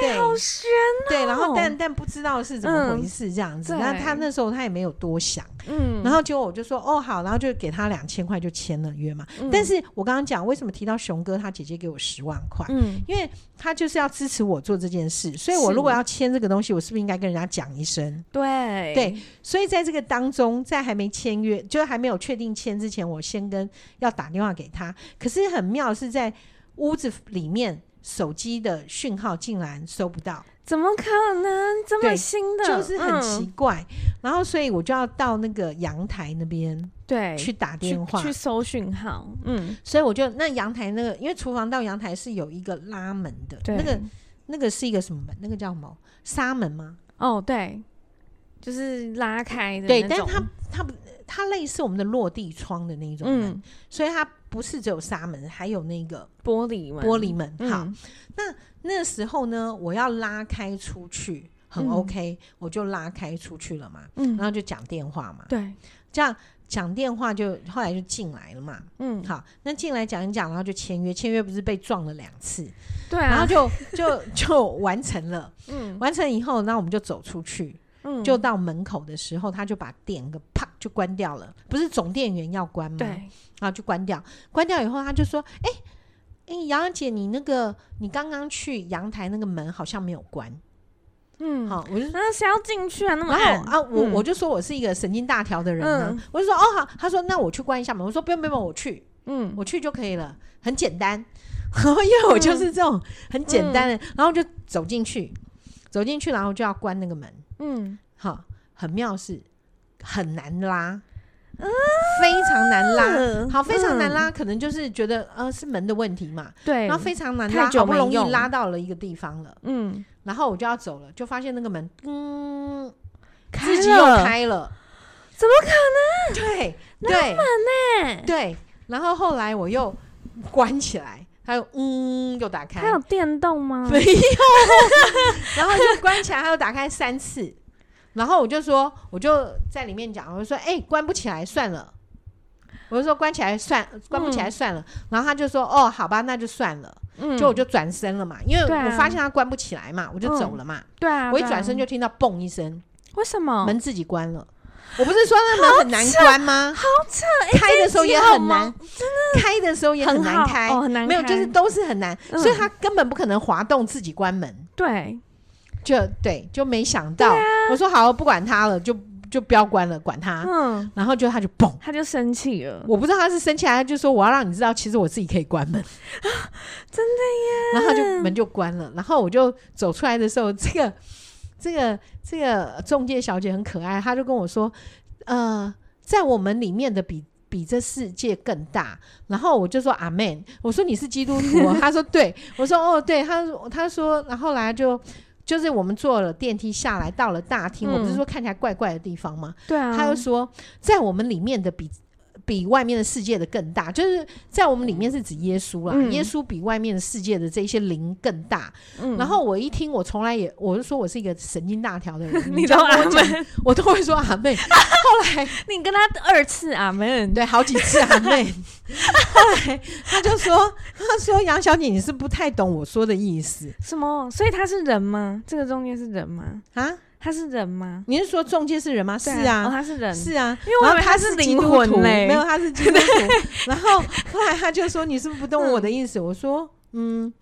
对
哎好哦悬，
对，然后但但不知道是怎么回事这样子。
嗯
那
对
他那时候他也没有多想，
嗯，
然后结果我就说哦好，然后就给他两千块就签了约嘛。
嗯
但是我刚刚讲为什么提到熊哥他姐姐给我十万块，
嗯，
因为他就是要支持我做这件事，所以我
是
如果要签这个东西，我是不是应该跟人家讲一声？
对
对，所以在这个当中，在还没签约，就是还没有确定签之前，我先跟要打电话给他。可是很妙是在屋子里面，手机的讯号竟然收不到，
怎么可能这么
对
新的？
就是很奇
嗯
怪。然后所以我就要到那个阳台那边
对，
去打电
去
话
去。搜讯号，嗯，
所以我就那阳台那个，因为厨房到阳台是有一个拉门的，
对，
那个那个是一个什么门？那个叫什么纱门吗？
哦，对，就是拉开的
对，
那
但是
种
它它不它类似我们的落地窗的那一种门，
嗯，
所以它不是只有纱门，还有那个
玻璃门，
玻璃门。好，
嗯
那时候呢，我要拉开出去，很
嗯
OK，、我就拉开出去了嘛，然
嗯，
后就讲电话嘛，
对，
这样讲电话就后来就进来了嘛。
嗯，
好，那进来讲一讲，然后就签约，签约不是被撞了两次，
对
然后
啊，
就就就完成了，
嗯
完成以后，那我们就走出去，
嗯，
就到门口的时候，他就把电个啪就关掉了，不是总电源要关吗？
对，
然后就关掉。关掉以后，他就说：“哎、哎、杨洋姐，你那个你刚刚去阳台那个门好像没有关。
嗯，
好，我就
那谁要进去啊？那么
然
暗
后啊，我、
嗯
我就说我是一个神经大条的人啊，
嗯
我就说哦好，他说那我去关一下门，我说不用不用，不用我去
嗯，
我去就可以了，很简单。然后因为我就是这种很简单的，然后就走进去，走进去，然后就要关那个门，
嗯，
哈，很妙是很难拉，非常难拉。
嗯
好，非常难，
嗯
拉，可能就是觉得呃是门的问题嘛，
对，
然后非常难
太
拉，
久
好不
没
容易
用
拉到了一个地方了，
嗯，
然后我就要走了，就发现那个门嗯
开
自己又
了，
开了，
怎
么可能？对对
哎
对，然后后来我又关起来，它又嗯又打开，
它有电动吗？
没有，然后就关起来，它又打开三次，然后我就说，我就在里面讲，我就说，哎、关不起来算了。我就说关起来算，关不起来算了。然后他就说哦，好吧，那就算了。
嗯，
就我就转身了嘛，因为
对啊
我发现他关不起来嘛，我就走了嘛。
对啊，
我一
对啊
转身就听到嘣一声，
为什么
门自己关了。我不是说那门很难关吗？好扯，开的时候也很难，开的时候也很难
好
开，
哦，很难
没有，
开
就是都是很难，
嗯
所以他根本不可能滑动自己关门。
对，
就对，就没想到，我说好，不管他了，就就不要关了，管他。
嗯，
然后就他就嘣，
他就生气了，
我不知道他是生气还是就说我要让你知道，其实我自己可以关门。
真
的耶！然后他就门就关了，然后我就走出来的时候，这个这个这个中介小姐很可爱，她就跟我说，呃，在我们里面的比。比这世界更大，然后我就说阿门。我说你是基督徒哦、她说对。我说哦，对。她说她说，然后来就就是我们坐了电梯下来，到了大厅。我不是
嗯
说看起来怪怪的地方吗？
对啊，
他又说，在我们里面的比比外面的世界的更大，就是在我们里面是指耶稣啦，
嗯
耶稣比外面的世界的这些灵更大。
嗯，
然后我一听，我从来也我就说我是一个神经大条的
<laughs>
人，
你
这
都
样
阿
<laughs> 跟我讲，
门，
我都会说阿妹。后来
你跟他二次啊阿门，
对好几次阿妹，
<laughs>
后来他就说，他说杨小姐你是不太懂我说的意思
什么？所以他是人吗？这个中介是人吗？
啊，
他是人吗？
你是说中介是人吗？是
对哦，
啊。
他是人，
是啊，
因为我
然
以
后
为
他
是
基
灵
督
魂
徒，
嘞，
没有，他是基督徒。然后后来他就说：“你是不是不懂我的意思？”我说：“嗯，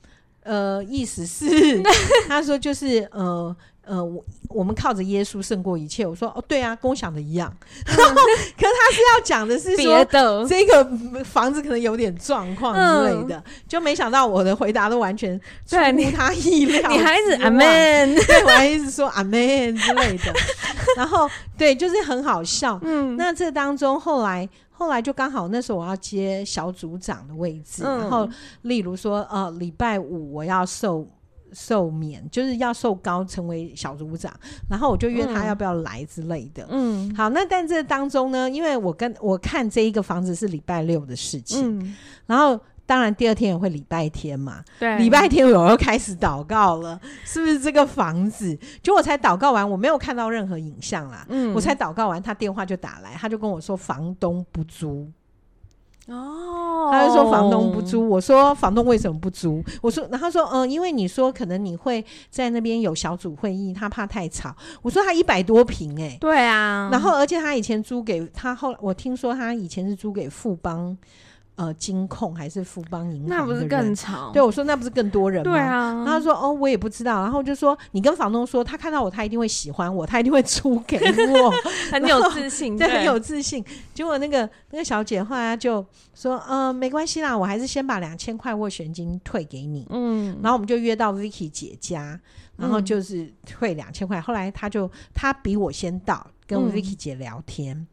呃，意思
<laughs>
是，他说就是呃呃，我我们靠着耶稣胜过一切。”我说：“哦，对啊，跟我想的一样。”然后， <laughs> 可是他是要讲的是
嗯别
说。
的，
这个房子可能有点状况之类的，就没想到我的回答都完全出
嗯对啊你
乎他意料之外。
<laughs> 你还是阿门，
对，我还一直说阿妹之类的，然后对，就是很好笑。
嗯，
那这当中后来后来就刚好那时候我要接小组长的位置，
嗯
然后例如说呃礼拜五我要受。受免就是要受高成为小组长，然后我就约他
嗯
要不要来之类的。
嗯
好，那但这当中呢，因为我跟我看这一个房子是礼拜六的事情，
嗯，
然后当然第二天也会礼拜天嘛，
对，
礼拜天我又开始祷告了，是不是这个房子？就我才祷告完，我没有看到任何影像啦。
嗯，
我才祷告完，他电话就打来，他就跟我说房东不租，
哦，
他就说房东不租。我说房东为什么不租？我说，然后他说，嗯、因为你说可能你会在那边有小组会议，他怕太吵。我说他一百多平哎、
对啊，
然后而且他以前租给他后来我听说他以前是租给富邦呃金控还是富邦银行
那不是
的人
更吵？
对我说那不是更多人吗？
对啊，
然后他说：“哦，我也不知道。”然后就说：“你跟房东说，他看到我，他一定会喜欢我，他一定会租给我。
很有自信，
<laughs> 对，
对，
很有自信。”结果那个那个小姐后来就说：“嗯、没关系啦，我还是先把两千块斡旋金退给你。
嗯，
然后我们就约到 Vicky 姐家，然后就是退两千块。后来他就他比我先到，跟
嗯
Vicky 姐聊天，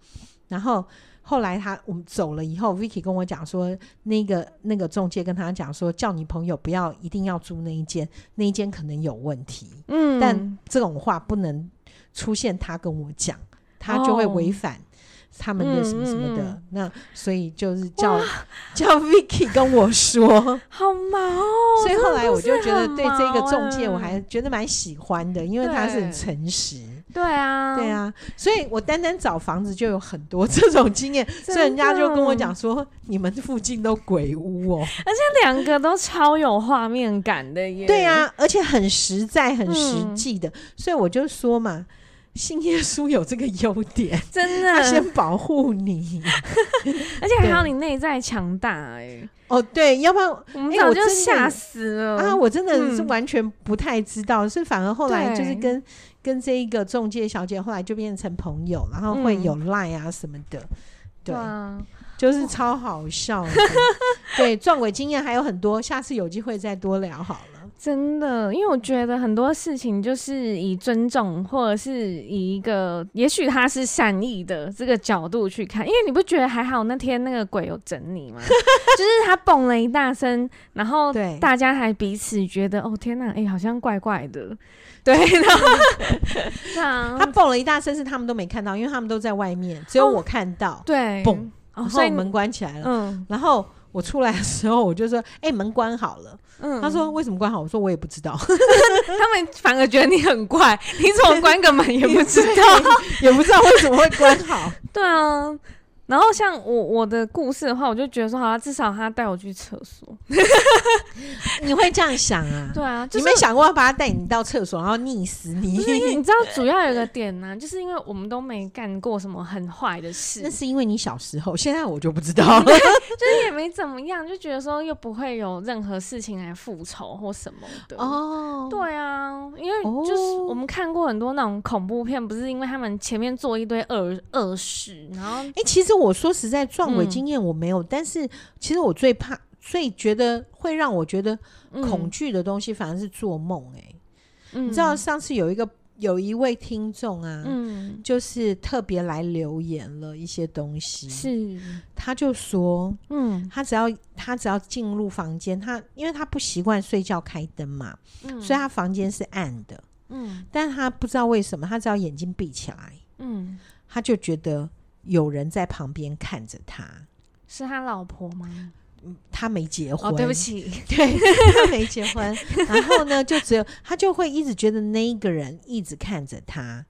然后。后来他我们走了以后，Vicky 跟我讲说，那个那个中介跟他讲说，叫你朋友不要一定要租那一间，那一间可能有问题。
嗯，
但这种话不能出现他跟我讲，他就会违反他们的什么什么
嗯
的。
嗯嗯
那所以就是叫 <laughs> 叫 Vicky 跟
<laughs>
我说，
好毛哦、
所以后来我就觉
真的
得
不
对
是很
这个中
毛欸
介我还觉得蛮喜欢的，因为他是很诚实。
对啊，
对，啊，所以我单单找房子就有很多这种
<laughs>
经验，所以人家就跟我讲说，你们附近都鬼屋
<laughs>
哦。
而且两个都超有画面感的耶。
对，啊，而且很实在、很实
嗯
际的，所以我就说嘛，信耶稣有这个优点，
真
他
的，
先保护你。
<laughs> 而且还有你内在强大哎，
哦，对，要不然
我们
哎
早
我
就
真的
吓死了
啊，我真的是
嗯
完全不太知道，是反而后来就是
对
跟跟这一个中介小姐后来就变成朋友，然后会
嗯
有赖啊什么的，对，
啊，
就是超好
<laughs>
笑的。对，撞鬼经验还有很多，下次有机会再多聊好了。
真的，因为我觉得很多事情就是以尊重，或者是以一个也许他是善意的这个角度去看，因为你不觉得还好那天那个鬼有整
<laughs>
你吗？就是他蹦了一大声，然后
对
哦大家还彼此觉得哦天哪，哎、好像怪怪
<laughs>
的，对，然后 <laughs> 对
嗯他
啊，
蹦了一大声，是他们都没看到，因为他们都在外面，只有我看到，
哦对，
蹦，
哦，
然
所
后
以
门关起来了。
嗯
然后我出来的时候，我就说：“哎、门关好了。
嗯，
他说：“为什么关好？”我说：“我也不知道，
<laughs> 他们反而觉得你很 <laughs> 怪，你怎么关个门也不知道。
<laughs> 也不知道为什么会关好。
对啊，然后像我我的故事的话，我就觉得说，好啦，至少他带我去厕所。”
你会这样想啊？
对啊，就
你
是
没想过要把他带你到厕所，然后溺死你
不？是因为你知道主要有一个点呢、就是因为我们都没干过什么很坏的 <laughs> 事，
那
就是
因为你小时候，现在我就不知道了。
是也没怎么样，就觉得说又不会有任何事情来复仇或什么的。
哦，
对啊，因为就是
哦
我们看过很多那种恐怖片，不是因为他们前面做一堆恶恶事，然后
哎、其实我说实在，撞鬼
嗯
经验我没有，但是其实我最怕、最觉得会让我觉得恐
嗯
惧的东西，反而是做梦、哎、
嗯
你知道上次有一个有一位听众啊，
嗯
就是特别来留言了一些东西，
是
他就说
嗯
他只要他只要进入房间，他因为他不习惯睡觉开灯嘛，
嗯，
所以他房间是暗的，
嗯
但他不知道为什么，他只要眼睛闭起来，
嗯
他就觉得有人在旁边看着他。
是他老婆吗？
他没结婚，
哦，对不，起，
<laughs> 对他没结婚。然后呢，就只有他就会一直觉得那一个人一直看着他。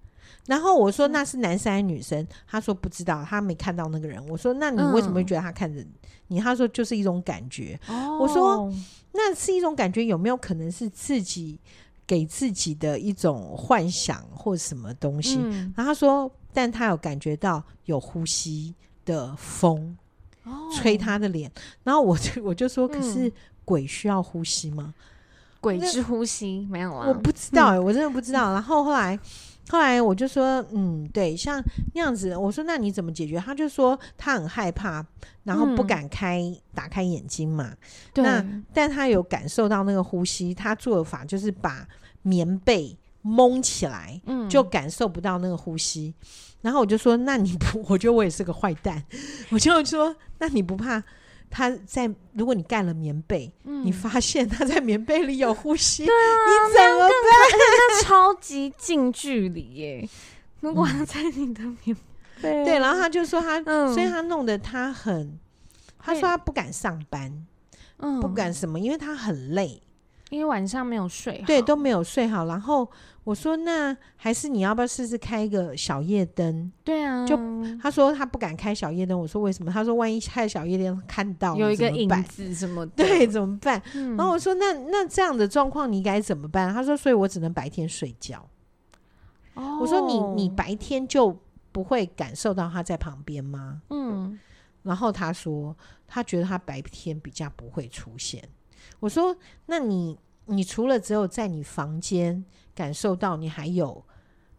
然后我
嗯
说那是男生还是女生？他说不知道，他没看到那个人。我说那你为什
嗯
么会觉得他看着你？他说就是一种感觉，
<laughs> 哦
我说，那是一种感觉，有没有可能是自己给自己的一种幻想或什么东西？
嗯，
然后他说，但他有感觉到有呼吸的风
哦
吹他的脸，然后我就 <laughs> 我就说，可是
嗯
鬼需要呼吸吗？
鬼之呼吸没有啊？
我不知道、欸，我真的不知道。然后后来，后来我就说，嗯，对，像那样子，我说那你怎么解决？他就说他很害怕，然后不
嗯
敢开、打开眼睛嘛，
对，
那但他有感受到那个呼吸，他做的法就是把棉被蒙起来，
嗯
就感受不到那个呼吸。然后我就说，那你不？ <laughs> 我觉得我也是个坏蛋，我就说，那你不怕？他在，如果你盖了棉被，你
嗯
发现他在棉被里有呼吸，你怎么办？
那超级近距离耶。如果他在你的棉被，
嗯 <laughs> 对，，然后他就说他，
嗯
所以他弄得他很，他说他不敢上班，
嗯
不，敢什么，因为他很累，
因为晚上没有睡好，
对，都没有睡好。然后我说那还是你要不要试试开一个小夜灯？
对啊，
就他说他不敢开小夜灯，我说为什么？他说万一开小夜灯看到
有一个
怎么
影
办
子什么的，
<laughs> 对，，怎么办？
嗯
然后我说那那这样的状况你该怎么办？他说所以我只能白天睡觉。我说你你，
哦
白天就不会感受到他在旁边吗？
嗯，
然后他说，他觉得他白天比较不会出现。我说，那你你除了只有在你房间感受到，你还有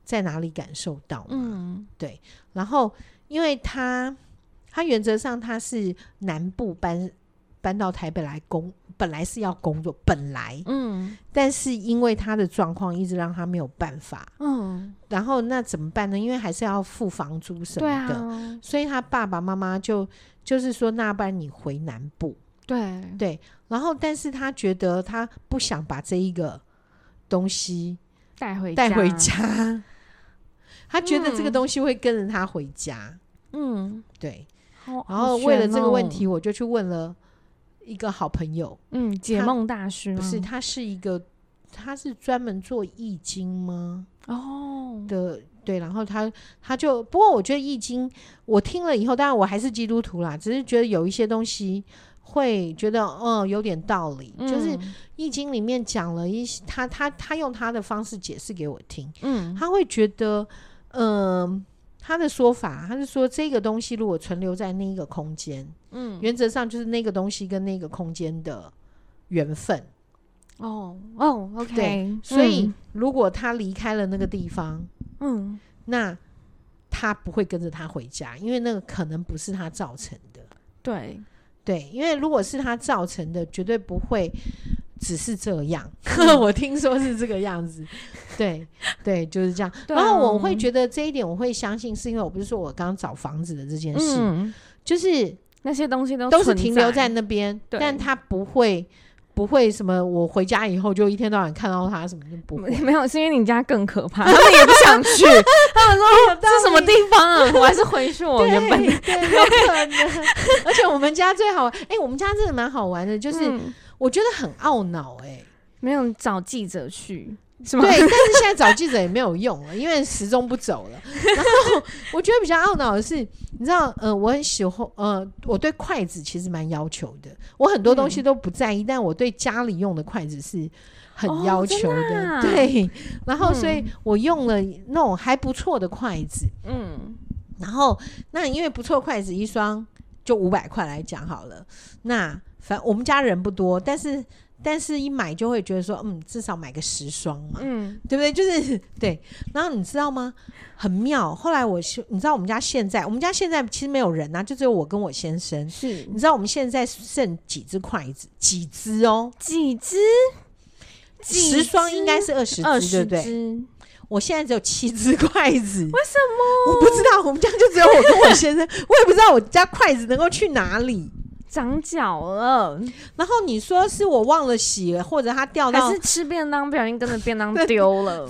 在哪里感受到吗？
嗯，
然后，因为他他原则上他是南部搬搬到台北来工，本来是要工作，本来，
嗯，
但是因为他的状况一直让他没有办法。
嗯，
然后那怎么办呢？因为还是要付房租什
对
么的，
啊，
所以他爸爸妈妈就就是说，那不然你回南部。
对，
对，然后但是他觉得他不 <laughs> 想把这一个东西
带回
带回，家，他觉得这个
嗯
东西会跟着他回家，
嗯，
<laughs> 对，
好
然后为了这个问，
好悬
题，
哦
我就去问了一个好朋友，
嗯，解
他
梦大师
不是
吗
他是一个，他是专门做易经吗
哦，
的？对，然后他他就不过我觉得易经我听了以后，当然我还是基督徒啦，只是觉得有一些东西会觉得嗯有点道理，就是
嗯
易经里面讲了一些他他他用他的方式解释给我听，
嗯，
他会觉得，嗯、他的说法，他是说这个东西如果存留在那一个空间，
嗯
原则上就是那个东西跟那个空间的缘分。
哦哦，OK，
对所以，如果他离开了那个地方，
嗯
那他不会跟着他回家，因为那个可能不是他造成的。
嗯，对，
对，因为如果是他造成的，绝对不会只是这样。
嗯
<laughs> 我听说是这个样子，对对，就是这样。
对
然后我
啊
会觉得这一点我会相信，是因为我不是说我刚找房子的这件事，
嗯，
就是
那些东西都
都是
存
停留在那边，
对
但他不会不会什么，我回家以后就一天到晚看到他什么就不会。
<laughs> 没有，是因为你家更可怕，他们也不想
<laughs>
去， <laughs> 他们说这什么地方啊？我还是回去我
对
原本 <laughs> 的，
对，有可能。 <laughs> 而且我们家最好，哎、我们家真的蛮好玩的，就是
嗯
我觉得很懊恼、哎、
没有找记者去，是吗？
对，但
<laughs>
是现在找记者也没有用了，因为时钟不走了。然
<laughs>
后我觉得比较懊恼的是，你知道，呃，我很喜欢，呃，我对筷子其实蛮要求的，我很多东
嗯
西都不在意，但我对家里用的筷子是很要求
哦真的啊
对，然后所以
嗯
我用了那种还不错的筷子，
嗯，
然后那因为不错筷子一双就五百块来讲好了，那反我们家人不多，但是但是一买就会觉得说，嗯，至少买个十双嘛，
嗯
对不对？就是 <laughs> 对。然后你知道吗？很妙。后来我是，你知道我们家现在，我们家现在其实没有人啊，就只有我跟我先生。
是
你知道我们现在剩几只筷子？几只哦？
几只，几
十双
只
应该是二十
二
只，
十
对不对？
只，
我现在只有七只筷
为什
子，
么
我不知道我们家就只有我跟我先生，我也不知道我家筷子能够去哪里。
长脚了？
然后你说是我忘了洗，或者它掉
还
到
是吃便当不小心跟着便
<laughs>
当丢了？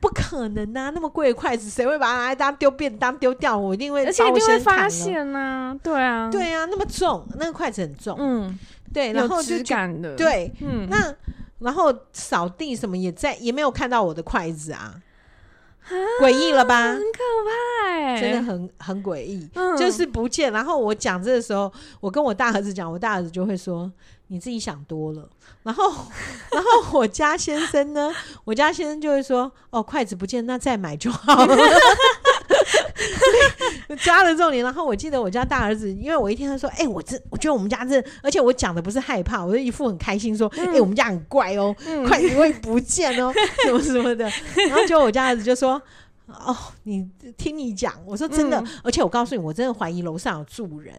不可能啊！那么贵的筷子，谁会把它当丢便当丢掉？我一定会，
而且一定会发
现。
现呐、对啊，，
对啊，那么重，那个筷子很重，
嗯，
对，然
有
后就
质
觉
感的，，
对，
嗯，
那然后扫地什么也在，也没有看到我的筷子啊，诡异了吧
很？可怕、欸，
真的很很诡异，
嗯
就是不见。然后我讲这个时候，我跟我大儿子讲，我大儿子就会说你自己想多了。 <laughs> 然后然后我家先生呢，我家先生就会说哦，筷子不见，那再买就好了。 <laughs> 所以抓了重点，然后我记得我家大儿子，因为我一天他说：“哎、我这我觉得我们家这，而且我讲的不是害怕，我就一副很开心说：‘哎、我们家很怪哦， <laughs>
嗯
筷子会不见哦，什么什么的。’然后就我家儿子就说：‘哦，你听你讲。’我说真的，
嗯
而且我告诉你，我真的怀疑楼上有住人。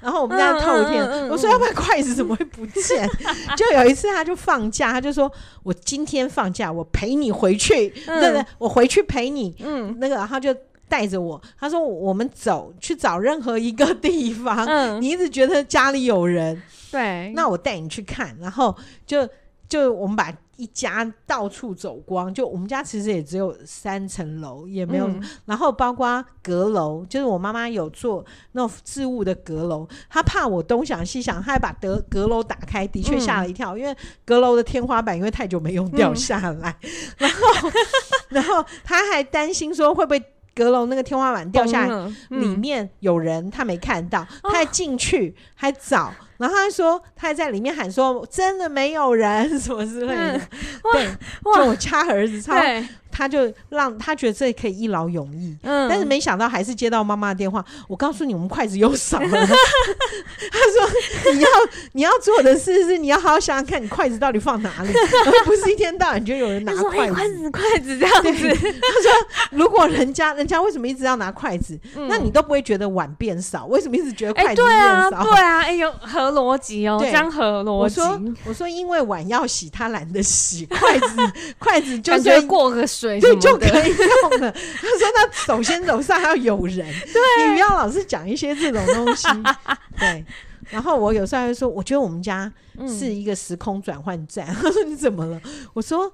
然后我们在那透天，
嗯嗯嗯嗯
我说要不然筷子怎么会不见？ <laughs> 就有一次他就放假，他就说：“我今天放假，我陪你回去，
嗯
对不对？我回去陪你。”
嗯
那个然后就带着我，他说我们走去找任何一个地方，
嗯，哎
你一直觉得家里有人，
对，
那我带你去看，然后就就我们把一家到处走光，就我们家其实也只有三层楼，也没有，
嗯
然后包括阁楼，就是我妈妈有做那种置物的阁楼，她怕我东想西想，她还把阁阁楼打开，的确吓了一跳，因为阁楼的天花板因为太久没用掉
嗯
下来，然后然后她还担心说会不会阁楼那个天花板掉下来
崩，了
里
嗯
面有人，他没看到，他还进去、还找，然后他还说他还在里面喊说真的没有人什么之类的，对，就
嗯哇，
我家儿子超，
对，
他就让他觉得这可以一劳永逸。
嗯，
但是没想到还是接到妈妈的电话，我告诉你，我们筷子又少了。他 <laughs> 说：“你要你要做的事是你要好好想想看，你筷子到底放哪里，而不是一天到晚就有人拿
他说
筷
哎筷子
子。
筷子这样
对，
子，
他说如果人家人家为什么一直要拿筷子，
嗯
那你都不会觉得碗变少，为什么一直觉得筷
哎，
子
对
变
啊，
少？
对啊，哎，有合逻辑哦，
对
这样合逻
我
辑，
说我说因为碗要洗，他懒得洗，筷子筷子就
感
是
觉。过个水什
对，
么
就
的
可以用了。他说：“那首先楼上要
<laughs>
有人，对，你要老是讲一些这种东西，对。然后我有时候还会说，我觉得我们家
嗯
<laughs> 是一个时空转换站。他说：“你怎么了？”我说：“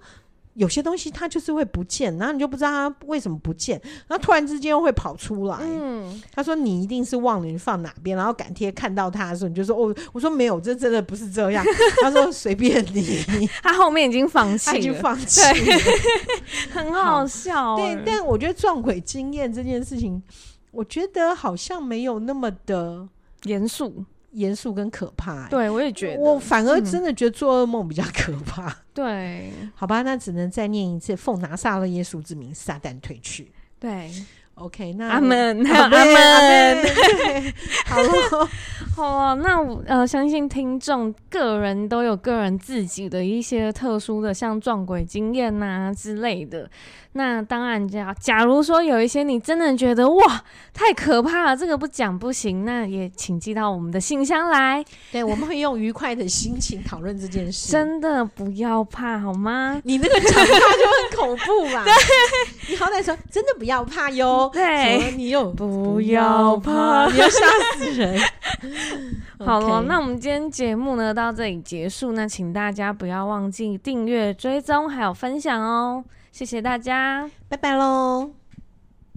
有些东西它就是会不见，然后你就不知道它为什么不见，然后突然之间又会跑出来。
嗯，
他说你一定是忘了你放哪边，然后改天看到他的时候你就说哦，我说没有，这真的不是这样。 <laughs> 他说随便你，
他后面已经放弃
他已经
了，
放弃了。
很好笑、欸。
对，但我觉得撞鬼经验这件事情，我觉得好像没有那么的
严肃，
严肃跟可怕、欸。
对我也觉得，
我反而
嗯
真的觉得做噩梦比较可怕。 <laughs>
对
好吧，那只能再念一次：奉拿撒勒耶稣之名，撒旦退去。
对，
OK，那
阿门，还有
阿
阿
门，阿
门
门。对
<laughs>
好了，
好啊，那我呃，相信听众个人都有个人自己的一些特殊的，像撞鬼经验呐、之类的。那当然，假假如说有一些你真的觉得哇太可怕了，这个不讲不行，那也请寄到我们的信箱来。
对，我们会用愉快的心情讨论这件事。
真的不要怕好吗？
你那个讲话就很恐怖
<laughs>
嘛？对，你好歹说真的不要怕哟。
对
什么你有
哎不要怕
你要吓死
<laughs>
人。
好了
啊 OK
那我们今天节目呢到这里结束，那请大家不要忘记订阅、追踪还有分享哦，谢谢大家。
拜拜喽。